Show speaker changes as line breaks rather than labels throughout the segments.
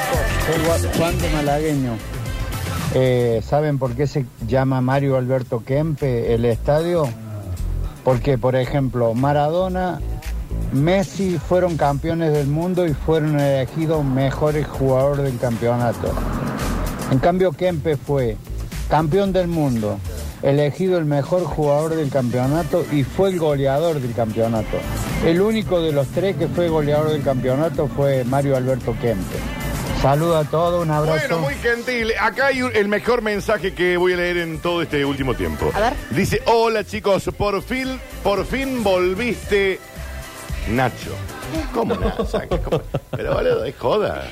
Soy Juan de Malagueño. Eh, ¿Saben por qué se llama Mario Alberto Kempe el estadio? Porque, por ejemplo, Maradona, Messi fueron campeones del mundo y fueron elegidos mejores jugadores del campeonato. En cambio, Kempe fue campeón del mundo, elegido el mejor jugador del campeonato y fue el goleador del campeonato. El único de los tres que fue goleador del campeonato fue Mario Alberto Kempe. Saludo a todos, un abrazo.
Bueno, muy gentil. Acá hay un- el mejor mensaje que voy a leer en todo este último tiempo.
A ver.
Dice, hola chicos, por fin, por fin volviste Nacho. ¿Cómo Nacho? ¿Cómo? Pero boludo, es joda.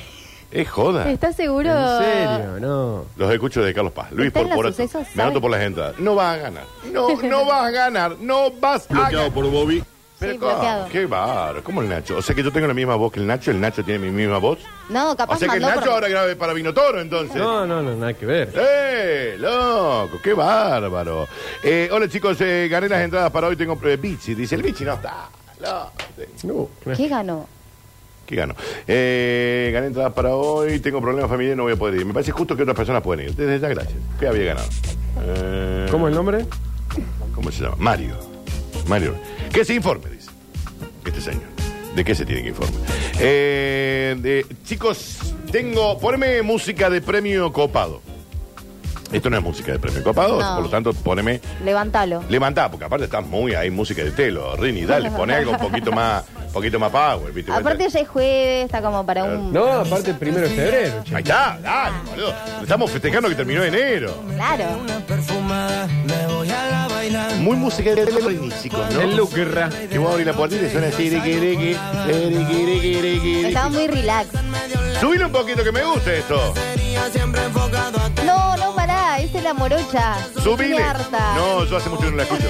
Es joda.
¿Estás seguro?
En serio, no.
Los escucho de Carlos Paz. Luis
Está en
por
los
por
sucesos,
Me
¿sabe?
anoto por las entradas. No vas a ganar. No, no vas a ganar. No vas a ganar.
por Bobby.
Pero
Sí,
¿cómo?
bloqueado.
Qué bárbaro. ¿Cómo el Nacho? O sea que yo tengo la misma voz que el Nacho. El Nacho tiene mi misma voz.
No, capaz
o sea que el
mandó
Nacho
por-
ahora grabe para Vino Toro, entonces.
No, no, no, nada que ver.
¡Eh, loco! ¡Qué bárbaro! Eh, hola chicos, eh, gané las entradas para hoy. Tengo eh, Bichi. Dice, el Bichi no está. No.
No.
¿Qué ganó?
¿Qué gano? Eh, gané entradas para hoy. Tengo problemas familiares y no voy a poder ir. Me parece justo que otras personas pueden ir. Desde ya, gracias. ¿Qué había ganado? Eh,
¿Cómo el nombre?
¿Cómo se llama? Mario. Mario. Que se informe, dice este señor. ¿De qué se tiene que informar? Eh, de- chicos, tengo. Poneme música de premio copado. Esto no es música de premio copado,
No.
por lo tanto, poneme.
Levántalo.
Levantá, porque aparte estás muy ahí, música de telo. Rini, dale, poné algo un poquito más, poquito más power, ¿viste?
Aparte ya es jueves, está como para un...
No, aparte el primero de febrero, che.
Ahí está, dale, boludo. Estamos festejando que terminó enero.
Claro.
Muy música de telo, Rini, chicos, ¿no?
El lucra.
Que vos abrís la puertita y suena así, riqui, riqui, riqui, riqui, riqui, riqui.
Estaba muy relax.
Subile un poquito que me gusta esto.
No, no, pará. Esa es la morocha.
Subile.
Estoy harta.
No, yo hace mucho que no la escucho.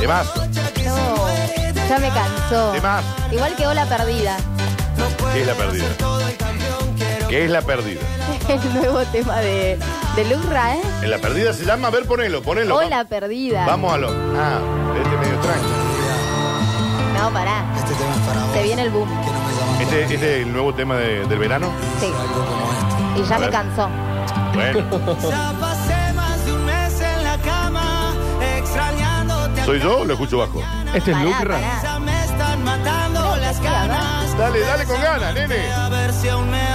De más,
No, Ya me cansó.
de más.
Igual quedó la perdida.
¿Qué es la perdida? ¿Qué es la perdida?
El nuevo tema de, de Lucra, ¿eh?
En la perdida se llama, a ver, ponelo, ponelo.
O la perdida.
Vamos a lo. Ah, este medio tranqui.
No, pará. Se viene el boom.
Este, este es el nuevo tema de- del verano.
Sí. Y ya
A
me
ver.
cansó.
Bueno, soy yo, o lo escucho bajo.
Este es
Pará,
lucra.
pará.
Dale, dale con ganas, nene.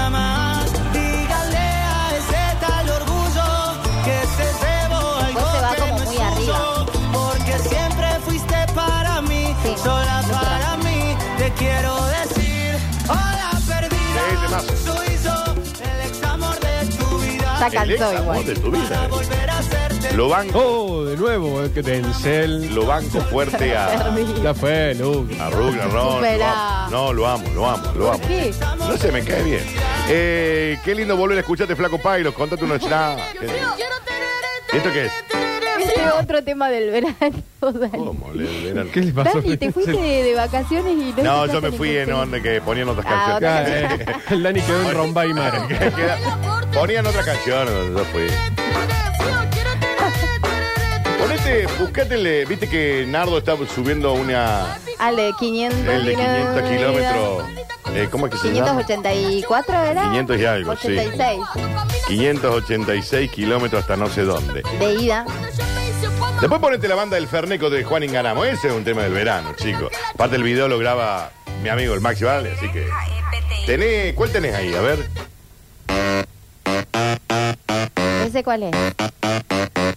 Después se va como muy arriba.
Porque siempre fuiste para mí,
Sí.
sola para mí. Te quiero decir, hola
Sí,
perdida.
temazo.
Soy yo, el ex amor de tu vida.
Ya
El ex
cansó
amor de
igual.
tu vida. eh.
Volver a hacerte
Lo banco,
Oh, de nuevo, eh, que Denzel.
lo banco fuerte a,
Ya fue, lucra.
a Rugla, no, lo
Superá.
amo. no, lo amo, lo amo, lo
¿Por
amo.
qué?
No sé, me cae bien. Eh, qué lindo volver a escucharte, Flaco Pairo. Contate una chá. ¿Esto qué es?
Este otro tema del verano, Dani.
¿Cómo? Le- le-
¿Qué le pasó?
Dani, te fuiste de, de vacaciones y no
No,
escuchaste
yo me
ningún
fui en
tema.
onda que ponían otras
Ah,
Ah,
canciones.
eh, El Dani quedó en romba y mare.
Que- que- Ponían otras canciones, yo fui. Ponete, buscátele, viste que Nardo está subiendo una.
Al de 500.
El de 500 kilómetros. Eh, ¿Cómo es que se llama?
584 era.
500 y algo, sí.
86.
586 kilómetros hasta no sé dónde.
De ida.
Después ponete la banda del Ferneco de Juan Ingaramo. Ese es un tema del verano, chicos. Aparte, el video lo graba mi amigo el Maxi Vale, así que. Tenés, ¿Cuál tenés ahí? A ver.
¿Ese cuál es? ¿Es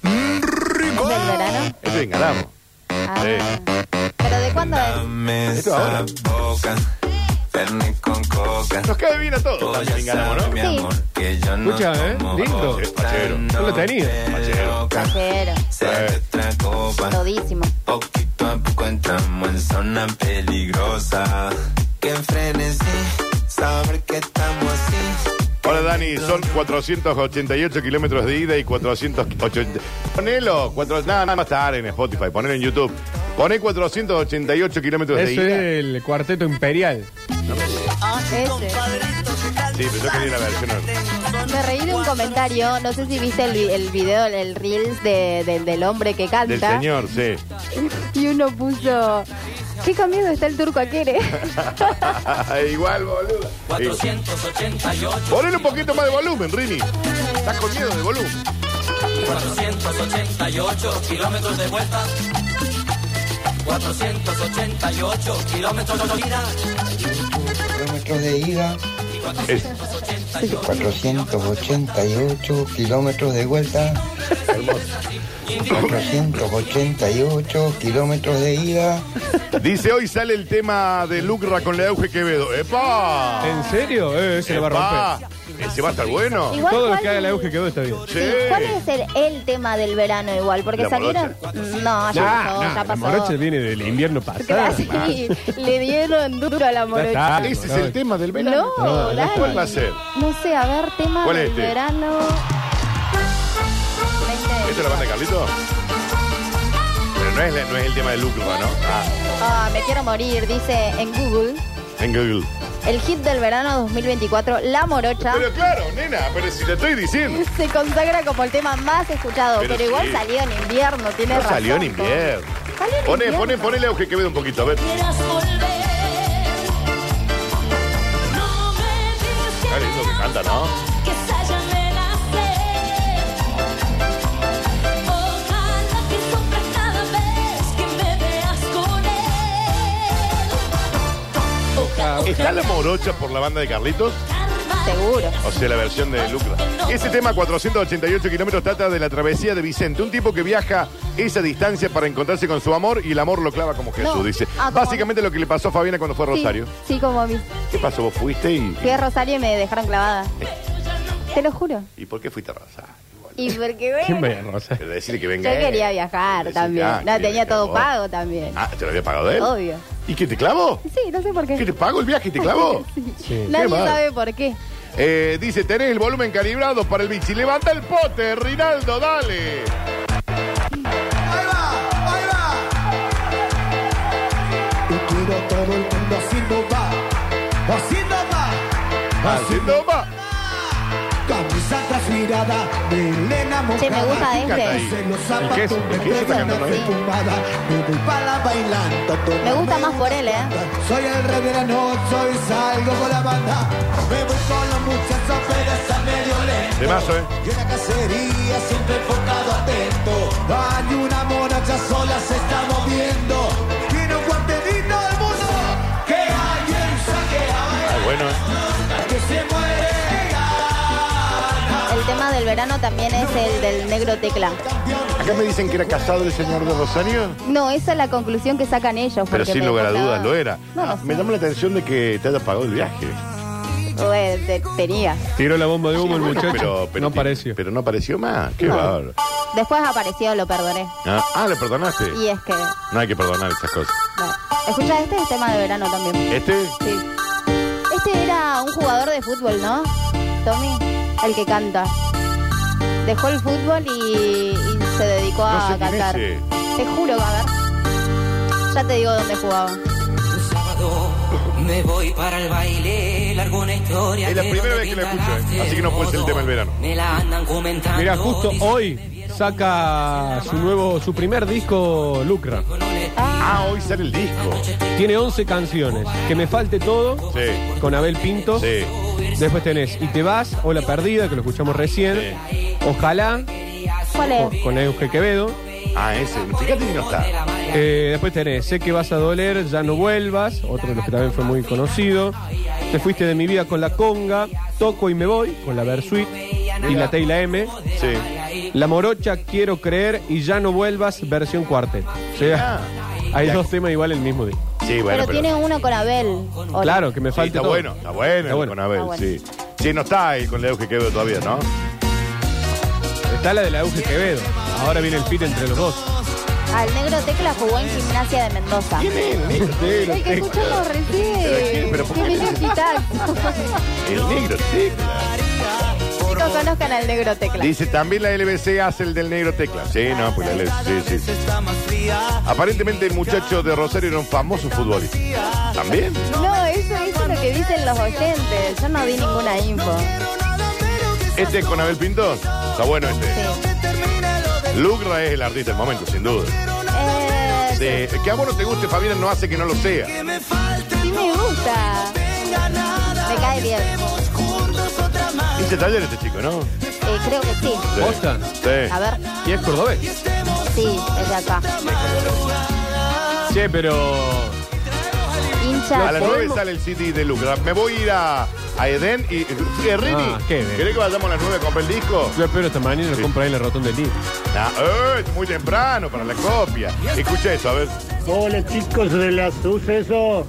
del verano?
Este es Ingaramo.
Ah.
Sí.
¿Pero de cuándo es?
Esto ahora. Nos cae bien a todos. Juan Ingaramo, ¿no?
Sí,
Escucha, ¿eh? Lindo.
Sí, pachero.
No lo tenía.
Pachero.
cajero.
Eh,
Todísimo.
Poquito a poco entramos en zona peligrosa. Que enfrenese, saber que estamos así.
Hola Dani, son 488 kilómetros de ida y 480. Ponelo, cuatro, nada más estar en Spotify, ponelo en YouTube. Poné 488 kilómetros de
Eso es
ida.
el cuarteto imperial.
Ese.
Sí, pero yo quería la versión.
Me reí de un comentario. No sé si viste el, vi- el video, el reels de- del- del hombre que canta.
Del señor, sí.
Y uno puso. Qué comido está el turco aquí, ¿eh?
Igual, boludo. Igual.
488,
Ponle un poquito más de volumen, Rini. Estás con miedo de volumen.
488 kilómetros de vuelta. 488 kilómetros de ida.
kilómetros de ida,
Es
488 kilómetros de vuelta, 488 kilómetros de ida,
Dice hoy sale el tema de Lucra con la Euge Quevedo. ¡Epa!
¿En serio? Eh, se le va a romper.
Epa. Ese va a estar bueno.
Igual,
Todo lo
¿cuál-
que haga la UG quedó está bien.
Sí.
Sí, ¿Cuál debe ser el tema del verano igual? Porque
La
salieron... No, ya
Nah,
pasó,
nah,
ya
la
pasó.
morocha Ah, viene del invierno pasado.
Gracias. Le dieron duro a la
Ya
morocha.
está.
Ah, Ese es el tema del verano.
No,
No,
dale.
¿Cuál va a ser?
No sé, a ver, tema
¿Cuál es
del
este?
verano.
¿Esta es la banda de Carlito? Pero no es, la- no es el tema de Lucra, ¿no? Ah,
Ah, me quiero morir, dice en Google.
en Google.
El hit del verano 2024, La Morocha,
Pero claro, nena, pero si te estoy diciendo.
se consagra como el tema más escuchado,
Pero
pero, igual
sí.
salió en invierno, tiene
No
razón.
salió en invierno.
Salió en
Poné,
invierno.
poné, poné la Euge Quevedo un poquito, a ver.
quieras volver. No me digas que
Claro, eso que canta, ¿no?
que se haya renacer. Ojalá que soples cada vez que me veas con él.
¿Está la morocha por la banda de Carlitos?
Seguro.
O sea, la versión de Lucra. Ese tema, 488 kilómetros, trata de la travesía de Vicente, un tipo que viaja esa distancia para encontrarse con su amor y el amor lo clava como Jesús,
No.
dice.
Ah, como-
Básicamente lo que le pasó a Fabiana cuando fue a
Sí,
Rosario.
Sí, como a mí.
¿Qué pasó? ¿Vos fuiste y,
Fui a Rosario y me dejaron clavada. Te lo juro.
y, y por qué fuiste a Rosario? Bueno,
Y porque,
¿Quién
bueno,
vaya, Rosa?
pero decirle que venga
yo
él.
quería viajar
Decirle,
también.
ah,
No,
quería
tenía
viajar
todo
vos.
pago también.
Ah, ¿te lo había pagado él?
Obvio.
¿Y qué te clavó?
Sí, no sé por
¿Qué
qué.
te pago el viaje y te clavó?
Sí.
Nadie
Qué mal.
sabe por qué.
Eh, dice, tenés el volumen calibrado para el bichi. Levanta el pote, Rinaldo, dale. Ah, Haciendo va.
Che, me
Canta
gusta de este.
ahí. ¿El qué es? ¿El qué se está cantando ahí?
Me gusta más por él, ¿eh?
Soy el rey de la noche y salgo con la banda. Me voy con los muchachos, pero está medio lento.
Temazo, ¿eh?
Y en la cacería siempre enfocado, atento. Hay una monacha sola, se está moviendo. Tiene un guantelito al mundo. Que alguien saque a
Ah, bueno, eh.
bailar, que se muere.
El tema del verano también es el del negro tecla.
Acá me dicen que era casado el señor de Rosario.
No, esa es la conclusión que sacan ellos.
Pero
porque
sin
me
lugar a
dejó
dudas
clavada.
lo era.
No,
Ah,
no
me
sé.
llama la atención de que te haya pagado el viaje.
Bueno, te- tenía.
Tiró la bomba de humo el muchacho.
Pero, pero
no apareció.
Pero no apareció más. Qué
No.
bárbaro.
Después apareció, lo perdoné.
Ah, ah, le perdonaste.
Y es que.
No hay que perdonar estas cosas.
bueno. Escucha, este es tema de verano también.
Este,
Sí. Este era un jugador de fútbol, ¿no? Tommy, el que canta. Dejó el fútbol y, y se dedicó
No
a
sé quién es
cantar.
ese.
Te juro, a ver. Ya te digo dónde jugaba.
Un sábado me voy para el baile, largo una historia.
Es la primera
no
vez que la
pinta
escucho,
nada
eh. Así que no puede ser el tema del verano.
Me la andan comentando.
Mira, justo
dicen
hoy saca su nuevo, su primer disco Lucra.
que no le-
ah, hoy sale el disco.
Tiene 11 canciones. Que me falte todo.
Sí.
Con Abel Pinto.
Sí.
Después tenés Y te vas, o La Perdida, que lo escuchamos recién. Ojalá,
¿Cuál
Oh,
con-
es?
con Euge Quevedo.
Ah, ese. Fíjate que no está.
Eh, después tenés Sé que vas a doler, Ya no vuelvas, otro de los que también fue muy conocido. Te fuiste de mi vida con la conga, Toco y me voy, con la Versuit y la Teila M.
Sí.
La Morocha, Quiero creer y Ya no vuelvas, versión cuartet. O sea, hay dos temas igual el mismo día.
Ah. Sí, bueno,
pero,
pero.
tiene uno con Abel. ¿o no?
Claro, que me
Sí,
falta
está
todo.
bueno, está bueno,
Está bueno.
con Abel,
Está Ah, bueno.
sí. Sí, no está ahí con Leo que quedó todavía, ¿no?
Está la de la Euge Quevedo. Ahora viene el fit entre los dos.
Al Ah, negro tecla jugó en gimnasia de Mendoza.
¿Quién es el negro?
El que escuchamos recién.
Pero, ¿por
Que
qué?
vino a quitar.
El negro, sí.
Chicos, conozcan al negro tecla.
Dice, también la LBC hace el del negro tecla. Sí, no, pues la LBC, sí, sí.
Está más fría.
Aparentemente el muchacho de Rosario era un famoso futbolista. ¿También?
No, eso, eso es lo que dicen los oyentes. Yo no vi ninguna info.
Este es con Abel Pinto. Está bueno este.
Sí.
Lucra es el artista del momento, sin duda.
Eh,
de- que a vos no te guste, Fabiana, no hace que no lo sea.
Sí me gusta. Me cae bien.
Dice taller este chico, ¿no? Sí.
Eh, creo que sí.
¿Posta?
Sí.
A ver,
Y es cordobés.
sí, es de acá.
Che, pero.
Oh.
Hincha
A las
de-
9 sale el City de Lucra. Me voy a ir a, a Edén y. ¿Qué, Rini?
Ah, qué bien.
¿Querés que vayamos a las 9 a comprar el disco?
Yo espero esta mañana lo
Sí.
compro ahí en la rotonda del día.
Ah, eh, es muy temprano para la copia. Escucha eso, a ver.
Hola chicos de la suceso.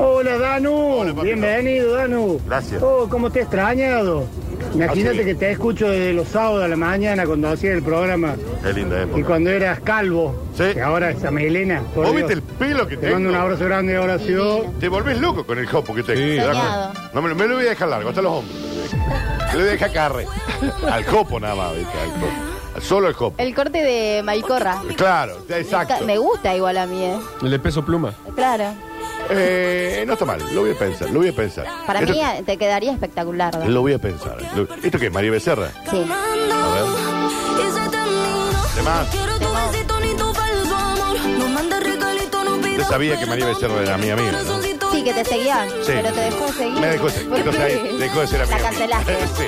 Hola Danu,
Hola, papito.
bienvenido Danu.
Gracias.
Oh, cómo te he extrañado. Imagínate
Ah, sí.
que te escucho desde los sábados a la mañana cuando hacía el programa
Qué linda
y
época.
cuando eras calvo.
Sí.
Y ahora esa melena. por
¿Vos
Dios.
viste el pelo que
Te mando un
tengo?
abrazo grande, Horacio.
Divino.
Te volvés loco con el jopo que tengo.
Sí.
¿te das
Soñado.
cuenta? No me lo, me lo voy a dejar largo, hasta los hombros. Me lo voy a dejar carre. Al jopo nada más, ¿viste? Al jopo. Solo al jopo.
El corte de Maicorra.
Eh,
Claro,
Ca-
exacto.
Me gusta igual a mí, ¿eh?
El de peso pluma.
Claro.
Eh, no está mal, lo voy a pensar, lo voy a pensar.
Para
Esto-
mí eh, te quedaría espectacular. ¿no?
Lo voy a pensar. Lo- ¿Esto qué es María Becerra?
Sí.
Además,
Yo sabía que María Becerra era mi amiga. ¿no?
Sí, que te seguía,
Sí.
pero te dejó de seguir.
Me dejó de seguir. Entonces ahí dejó de ser amiga.
La cancelaste.
sí.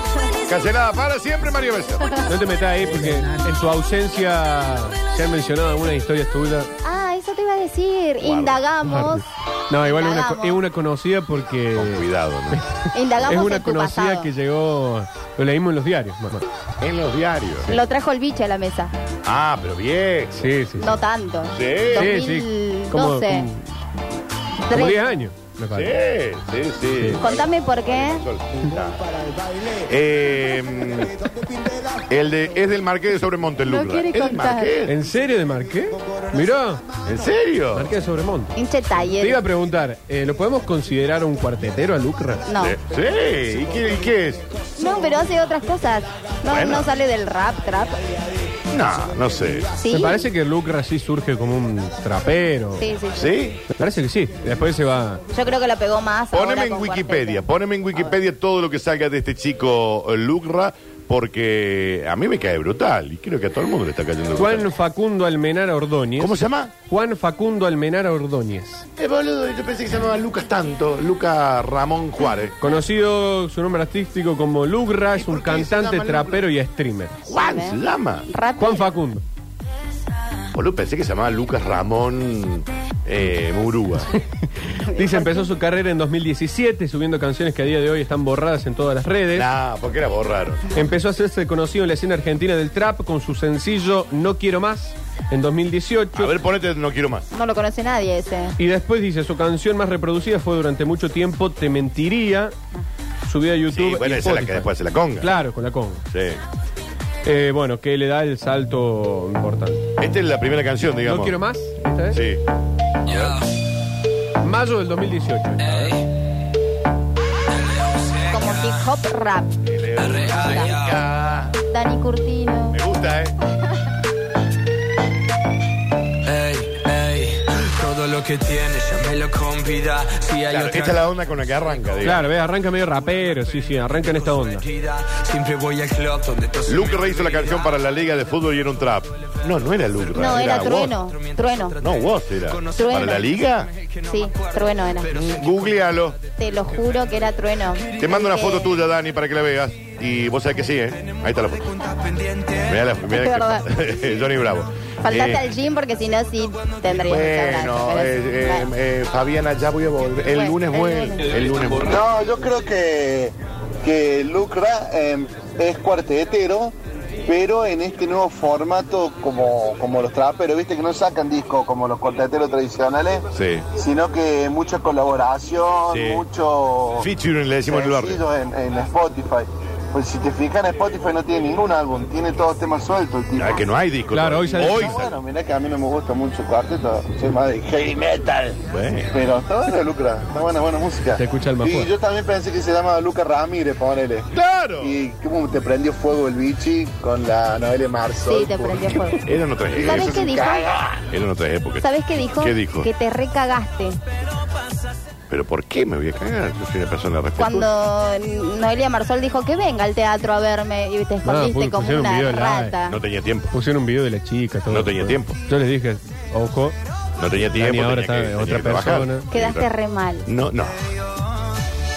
Cancelada para siempre María Becerra.
No te metas ahí porque en tu ausencia se han mencionado algunas historias tuyas.
Ah, eso te iba a decir. Indagamos.
No, igual es una co-
Indagamos.
es una conocida porque.
Con cuidado, ¿no?
Indagamos
Es una
en tu
conocida
pasado.
que llegó. Lo leímos en los diarios. mamá.
En los diarios.
Lo trajo el bicho a la mesa.
Ah, pero bien.
Sí, sí. sí.
No tanto.
Sí.
Sí, sí. Como,
2012.
como- como 10 años, me
Sí,
parece.
sí, sí.
Contame por qué.
Eh, el de, es del Marqués de Sobremonte, el
No
Lucra.
quiere
¿Es del
contar.
Marqués?
¿En serio de Marqués? Mirá,
¿En serio?
Marqués de Sobremonte.
Hinche
Te iba a
taller.
preguntar, eh, ¿lo podemos considerar un cuartetero a Lucra?
No.
Eh, Sí, ¿y qué, y qué es?
No, pero hace otras cosas. No,
Bueno.
no sale del rap, trap.
No, no sé.
Sí.
Me parece que Lucra sí surge como un trapero.
Sí, sí. sí.
¿Sí?
Me parece que sí. Después se va.
Yo creo que la pegó más. ahora
Poneme en
con
Wikipedia,
cuarteto.
poneme en Wikipedia todo lo que salga de este chico eh, Lucra, porque a mí me cae brutal y creo que a todo el mundo le está cayendo
Juan
brutal.
Facundo Almenara Ordóñez.
¿Cómo se llama?
Juan Facundo Almenara Ordóñez.
Eh, boludo, yo pensé que se llamaba Lucas tanto, Lucas Ramón Juárez.
Conocido su nombre artístico como Lucra, es
por
un
qué se
cantante,
llama Lucra?
trapero y streamer.
Juan
Sí,
se
¿eh?
llama.
Rapero.
Juan Facundo.
Boludo, pensé que se llamaba Lucas Ramón eh, Murúa.
Dice, empezó su carrera en 2017 subiendo canciones que a día de hoy están borradas en todas las redes.
nah, porque era vos raro.
Empezó a hacerse conocido en la escena argentina del trap con su sencillo No Quiero Más en 2018.
A ver, ponete, no quiero más.
No lo conoce nadie ese.
Y después dice, su canción más reproducida fue durante mucho tiempo Te Mentiría, subida a YouTube.
Sí, bueno,
y
esa es la
Spotify.
que después se la conga.
Claro, con la conga.
Sí.
Eh, bueno, que le da el salto importante.
Esta es la primera canción, digamos.
No quiero más. ¿esta es?
Sí.
Mayo del 2018.
Como hip hop rap.
Ah,
Dani Curtino.
me gusta, ¿eh?
Ey, ey, todo lo que tienes, llámelo con vida. Si hay
Claro,
otra
esta es la onda con la que arranca, digamos.
Claro, ve, arranca medio rapero, sí, sí, arranca en esta onda.
partida, siempre voy al club donde todo se
Luke
me
rehizo la
olvida.
canción para la Liga de Fútbol y era un trap. No, no era Luke.
No, era
vos.
Trueno. Trueno.
No, vos era.
Trueno.
¿Para la Liga?
Sí, Trueno era.
Googlealo.
Te lo juro que era Trueno.
Te mando una
Porque-
foto tuya, Dani, para que la veas. Y vos sabés que sí, ¿eh? Ahí está la foto. Mirá la, mirá
Es
que-
verdad.
Johnny Bravo.
Faltaste
Eh,
al gym porque si no, sí tendrías ese abrazo,
Bueno,
pero sí,
eh, eh,
bueno.
eh, Fabiana, ya voy a volver. El
Bueno,
lunes
el
vuelve.
lunes.
El lunes vuelve.
No, yo creo que, que Lucra eh, es cuartetero, pero en este nuevo formato como, como los traperos, viste que no sacan disco como los cuarteteros tradicionales,
Sí.
sino que mucha colaboración,
Sí.
mucho
Featuring le decimos en el barrio.
sencillo en, en Spotify. Pues si te fijas en Spotify no tiene ningún álbum, tiene todos temas sueltos el tipo.
Ah, que no hay disco.
Claro, hoy
todavía.
sale-
Hoy
Ah,
sale.
bueno, mirá que a mí no me gusta mucho el cuarteto, soy más de heavy metal.
Bueno.
Pero está buena, Lucra, está buena, buena música.
Te escucha el más
Y
fuerte.
yo también pensé que se llamaba Lucas Ramírez, ponele.
¡Claro!
Y cómo te prendió fuego el bichi con la novela de marzo.
Sí, te prendió fuego.
Eran otras
¿Sabes qué
épocas.
dijo?
Eran otras épocas.
¿Sabes qué dijo?
¿Qué dijo?
Que te recagaste.
¿Pero por qué me voy a cagar? Yo soy una persona respetuosa.
Cuando Noelia Marsol dijo que venga al teatro a verme y te escondiste
pu-
como
pusieron un
una
video live.
rata.
No tenía tiempo.
Pusieron un video de la chica. Todo
No tenía tiempo.
Yo les dije, ojo,
No tenía tiempo,
Dani ahora
tenía que-
está
tenía
otra
que trabajar.
persona.
Tenía que
Quedaste
trabajar.
re mal.
No, no.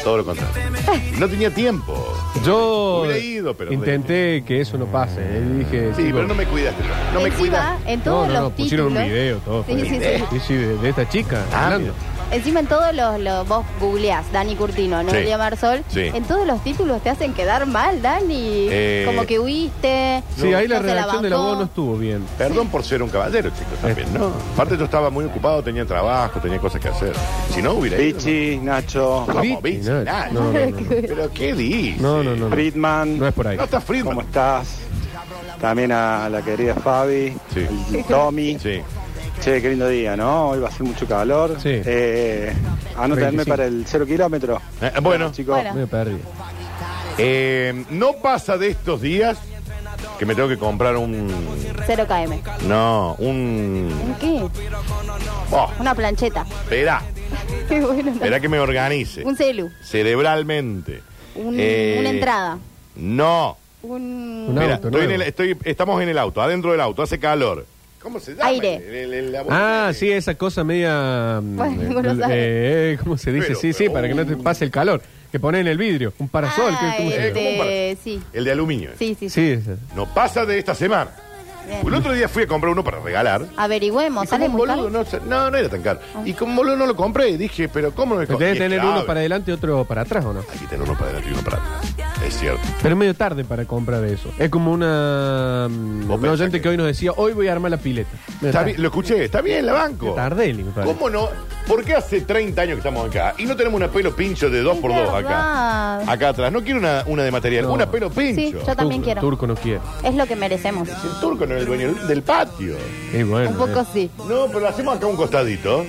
Todo lo contrario. No tenía tiempo.
Yo
Hubiera ido, pero no
intenté que eso no pase. ¿eh? Y Dije,
Sí,
chicos,
pero no me cuidaste. No me
Encima, eh,
cuidaste.
en
no,
todos
no, no,
los
pusieron
títulos.
un video todo.
Sí, sí, sí.
Sí, sí, de, de esta chica.
Ah,
hablando.
Encima en todos los, los- vos googleás Dani Curtino, no
Sí.
María Marsol,
Sí.
en todos los títulos te hacen quedar mal, Dani.
Eh.
Como que huiste.
Sí, ahí la
no se
redacción de la
bancó.
voz no estuvo bien.
Perdón por ser un caballero, chicos, también, ¿no? Aparte yo estaba muy ocupado, tenía trabajo, tenía cosas que hacer. Si no hubiera ido. ¿no?
Pichi, Nacho,
Vamos,
Bichi,
Bichi,
no,
dale.
no, no, no.
¿Pero qué dices?
No, no, no. No,
Friedman,
No es por ahí.
No está Friedman.
¿cómo estás? También a la querida Fabi,
Sí.
el Tommy.
Sí.
Che, qué lindo día, ¿no? Hoy va a hacer mucho calor.
Sí.
Eh, anótenme
25.
para el cero kilómetro.
Eh, bueno,
chicos.
Bueno.
Medio perdido.
eh, no pasa de estos días que me tengo que comprar un...
0 KM.
No, un...
¿En qué?
Oh,
Una plancheta.
espera,
Qué bueno, no.
espera que me organice.
Un celu.
Cerebralmente.
Un-
Eh,
Una entrada.
No.
Un.
Un
Mira,
auto
estoy en
nuevo.
el- estoy- estamos en el auto, adentro del auto, hace calor. ¿Cómo se llama?
Aire.
El- el- el- la-
Ah,
el-
sí, esa cosa media. mm,
Bueno, no lo
eh,
sabe.
eh, ¿Cómo se dice?
Pero,
sí, sí,
pero, uh.
para que no te pase el calor. Que pone en el vidrio. Un parasol.
Ah,
¿qué- cómo se
Eh,
llama?
como un par-
este, sí.
El de aluminio. eh.
Sí, sí, sí.
Sí, esa.
No pasa de esta semana.
Bien.
El otro día fui a comprar uno para regalar.
Averigüemos,
Y como
sale
un
muy
boludo,
caro. Ah.
no, se- no, no era tan caro. Y como un boludo no lo compré, y dije, pero ¿cómo no me
Pero
compré?
Debe tener uno para adelante y otro para atrás, ¿o no?
Hay que tener uno para adelante y uno para atrás. Es cierto.
Pero es medio tarde para comprar eso. Es como una. mm,
Vos
Un
pensás
oyente
que-
que hoy nos decía: Hoy voy a armar la pileta. Medio
Está
tarde.
bien, lo escuché, está bien, la banco.
Medio Tardelli, me parece.
¿Cómo no? ¿Por qué hace 30 años que estamos acá? Y no tenemos una pelo pincho de 2x2
Es
acá.
verdad.
Acá atrás. No quiero una, una de material,
No.
una pelo pincho.
Sí, yo también
Turco,
quiero.
Turco no quiere.
Es lo que merecemos.
El turco no es el dueño del patio.
Y bueno.
Un poco
eh.
sí.
No, pero lo hacemos acá a un costadito.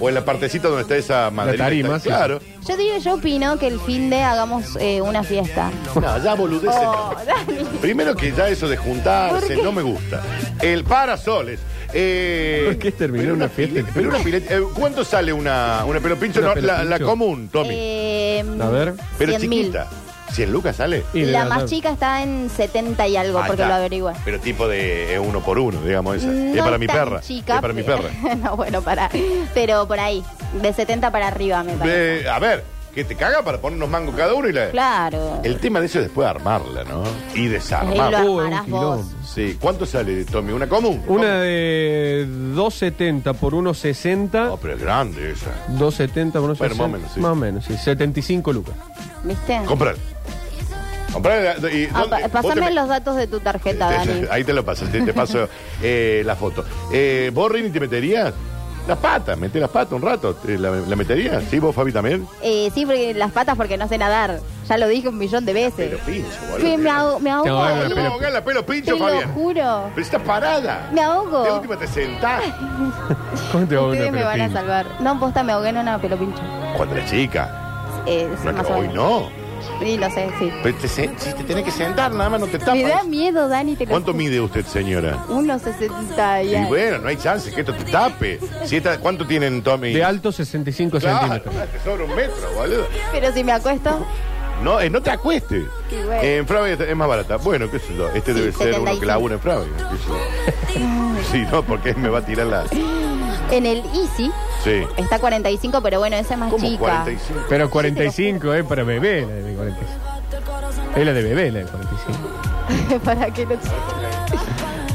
O en la partecita donde está esa maderita.
tarima,
está-
sí.
Claro.
Yo digo, yo opino que el fin de hagamos eh, una fiesta.
No, ya boludeces.
Ah.
Oh,
no.
Dani.
Primero que ya eso de juntarse
¿Por qué?
no me gusta. El parasoles. Eh,
¿Por qué terminó
pero
una fiesta?
pileta- pero una pileta- eh, ¿Cuánto sale una, una pelo pincho?
Una
No,
pelo
la, la
pincho.
común, Tommy.
Eh,
A ver.
pero
100.000.
chiquita. ¿100 lucas sale?
Y
Y
de
la
la-
más chica está en 70 y algo,
Ahí
porque
está.
lo averigüé.
Pero tipo de eh, uno por uno, digamos esa.
No
es para mi
tan
perra.
chica,
es para mi
pero-
perra.
no, bueno, para. Pero por ahí, de 70 para arriba, me parece.
Eh, a ver, que te caga para poner unos mangos cada uno y la.
Claro.
El tema de eso es después armarla, ¿no? Y
Ahí lo
desarmarla.
Uy, Uh, un
armarás vos.
quilombo.
Sí, ¿cuánto sale, Tommy? ¿Una común?
Una de 2.70 por
No,
1.60.
pero es grande esa.
2.70 por
Bueno,
1.60.
más o menos, sí.
Más o menos, sí. 75 lucas.
¿Viste?
Comprar. Comprar. Y,
Ah,
¿dónde-
pa-
vos te
pasame
me-
los datos de tu tarjeta,
Te- te-
Dani.
Ahí te lo paso, te, te paso eh, la foto. Eh, ¿Vos, Rini, te meterías? Las patas, meté las patas un rato. ¿Te ¿La, la meterías? ¿Sí, vos, Fabi, también?
Eh, sí, porque las patas porque no sé nadar. Ya lo dije un millón de
Pero
veces.
pincho, boludo.
Que me ahogo, me ahogo.
ahogas
No
en
le vamos
la
a
pelo-
ahogar la pelo pincho,
Te lo
Fabián.
juro.
Pero está parada.
Me ahogo.
De última te sentás.
¿Cómo te va una
Ustedes me van a
pelopincha?
salvar. No, posta, me ahogué en una pelopincho.
Cuando era chica.
Eh, sí,
No,
más
que
o
hoy
menos.
no.
Sí, lo sé, sí.
Pero te, sen- si te tenés que sentar, nada más no te tapas.
Me da miedo, Dani, te lo
¿Cuánto
juro.
mide usted, señora?
1,60 y
Y
algo.
bueno, no hay chance que esto te tape. Si esta- ¿Cuánto tienen, Tommy?
De alto 65
Claro,
centímetros.
te sobra un metro, boludo.
Pero si me acuesto,
No, eh, no te acuestes.
Y bueno.
En Frávega es más barata. Bueno, qué sé yo. Este
Sí,
debe ser uno que
75.
labura en Frávega. qué sé yo. Sí, no, porque me va a tirar la.
en el Easy
Sí.
está 45, pero bueno, esa es más
¿Cómo
chica.
45?
Pero 45 es para bebé, la de 45. Es la de bebé, la de 45.
para que no...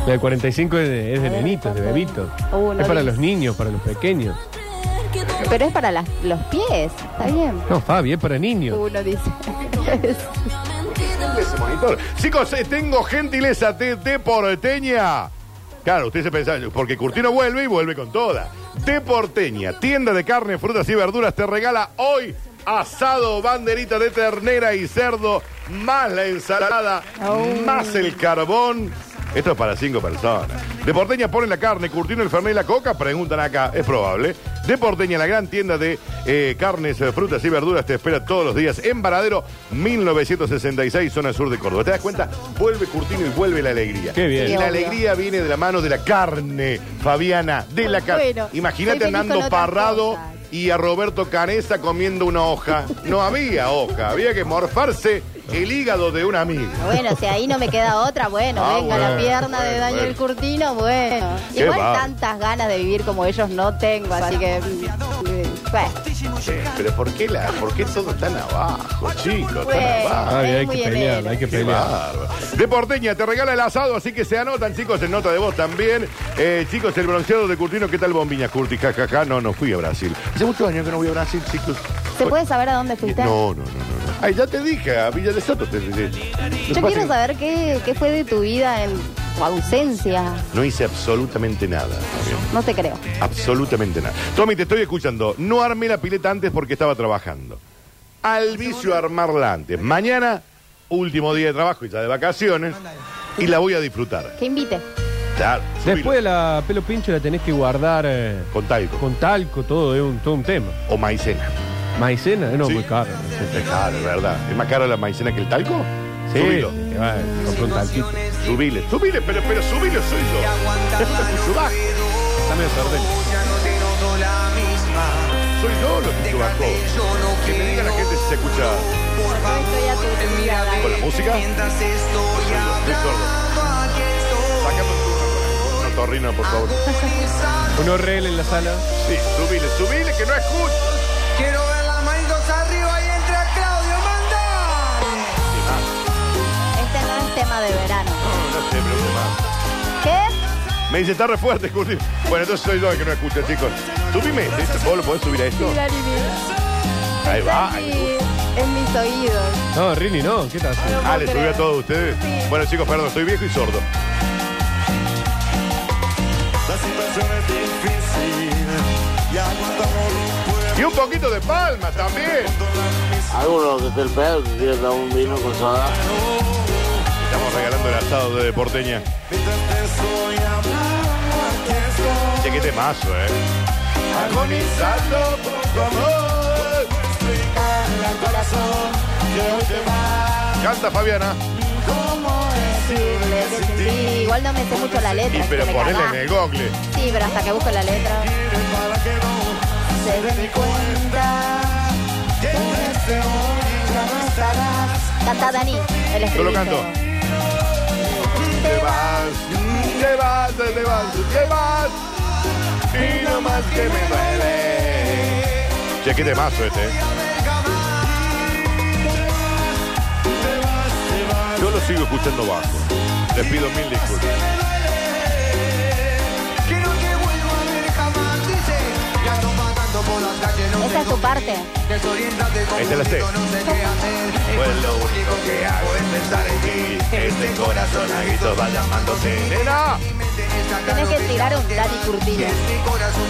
La de 45 es de, es de nenito, es de bebito.
Uh, no
es para
digas.
los niños, para los pequeños.
Pero es para las- los pies, está bien.
No, Fabi, es para niños.
Uno dice.
Ese monitor. Chicos, eh, tengo gentileza de, de porteña. Claro, ustedes se pensaban, porque Curtino vuelve y vuelve con toda. De porteña, tienda de carne, frutas y verduras, te regala hoy asado, banderita de ternera y cerdo, más la ensalada, más el carbón. Esto es para cinco personas. De porteña ponen la carne, Curtino, el fernet y la coca, preguntan acá, es probable. De porteña, la gran tienda de eh, carnes, eh, frutas y verduras, te espera todos los días en Varadero, 1966, zona sur de Córdoba. ¿Te das cuenta? Vuelve Curtino y vuelve la alegría.
Qué bien.
Y la
Obvio.
alegría viene de la mano de la carne, Fabiana, de la carne.
Bueno,
Imagínate
soy feliz
andando
con otras
parrado
cosas.
y a Roberto Canesa comiendo una hoja. No había hoja, había que morfarse el hígado de un amigo.
Bueno, si ahí no me queda otra, bueno,
Ah,
venga
bueno,
la pierna de
bueno,
Daniel
bueno.
Curtino, bueno.
Qué
Igual
va.
tantas ganas de vivir como ellos no tengo, así que. mm, mm, Bueno,
Che, pero ¿por qué, la, ¿por qué todo tan abajo, chicos? Tan
Bueno,
abajo.
Ay, hay es que muy pelear, enero. hay que
Qué
pelear.
bárbaro. De Porteña, te regala el asado, así que se anotan, chicos, en nota de voz también. Eh, chicos, el bronceado de Curtino, ¿qué tal bombiña, Curti? Jajaja, no, no fui a Brasil. Hace muchos años que no voy a Brasil, chicos.
¿se puede saber a dónde fuiste?
No, no, no, no. no. Ay, ya te dije, a Villa de Soto te dije.
Yo quiero saber qué, qué fue de tu vida en tu ausencia.
No hice absolutamente nada. amigo.
No te creo.
Absolutamente nada. Tommy, te estoy escuchando. No armé la pileta antes porque estaba trabajando. Al vicio armarla antes. Mañana, último día de trabajo y ya de vacaciones. Y la voy a disfrutar.
Que invite.
Ya, subilo.
Después la pelo pincho la tenés que guardar eh,
Con talco.
con talco, todo es un, todo un tema.
O maicena.
Maicena, eh, no,
Sí.
muy caro.
Es caro, es verdad. ¿Es más cara la maicena que el talco?
Sí,
Subilo.
te va, compró un talquito.
Subile, subile, pero, pero subile soy yo. Subá. Dame el sardel. Soy yo lo que subaco. Que me diga la gente si se escucha con la música. Soy yo, estoy sordo. Sácame un turno. No, Torrino, por favor.
Uno rel en la sala.
Sí, subile, subile, que no escucho.
Quiero ver las manitos arriba y entra Claudio, manda.
Este no es tema de verano.
No sé, pregunte más.
¿Qué?
Me dice, está re fuerte, Curti. Bueno, entonces soy yo el que no escucha, chicos. Subime, ¿sí? ¿vos lo podés subir a esto? Ahí va.
Sí, en mis oídos.
No, Rini, no, ¿qué estás haciendo?
Ah, le subió a todos ustedes. Bueno, chicos, perdón, soy viejo y sordo.
La situación es difícil y aguantamos los
Y un poquito de palma también.
Algunos desde el pedo que quieren dar un vino con soda.
Estamos regalando el asado de Porteña. Che, qué temazo, eh. Agonizando por tu amor.
corazón
Canta Fabiana.
Sí, igual no me sé mucho la letra.
Y
es que
pero
me
ponele
cagá.
en el google.
Sí, pero hasta que busco la letra.
se den cuenta que desde hoy ya no estarás.
Canta Dani, el
Yo lo
estribillo.
canto. Te vas, te vas, te vas, te vas. Y no más que me duele. Che, qué temazo este, eh. Yo lo sigo escuchando bajo. Les pido mil disculpas.
Quiero que vuelva a ver jamás, dice. Ya ando vagando por las calles, no
Esa es tu parte.
Desoriéntate con
Esta la sé.
no sé qué hacer.
Pues lo único que hago es pensar en ti. Este corazón a gritos va llamándote. ¡Nena!
Tienes que tirar un Dani Curtino.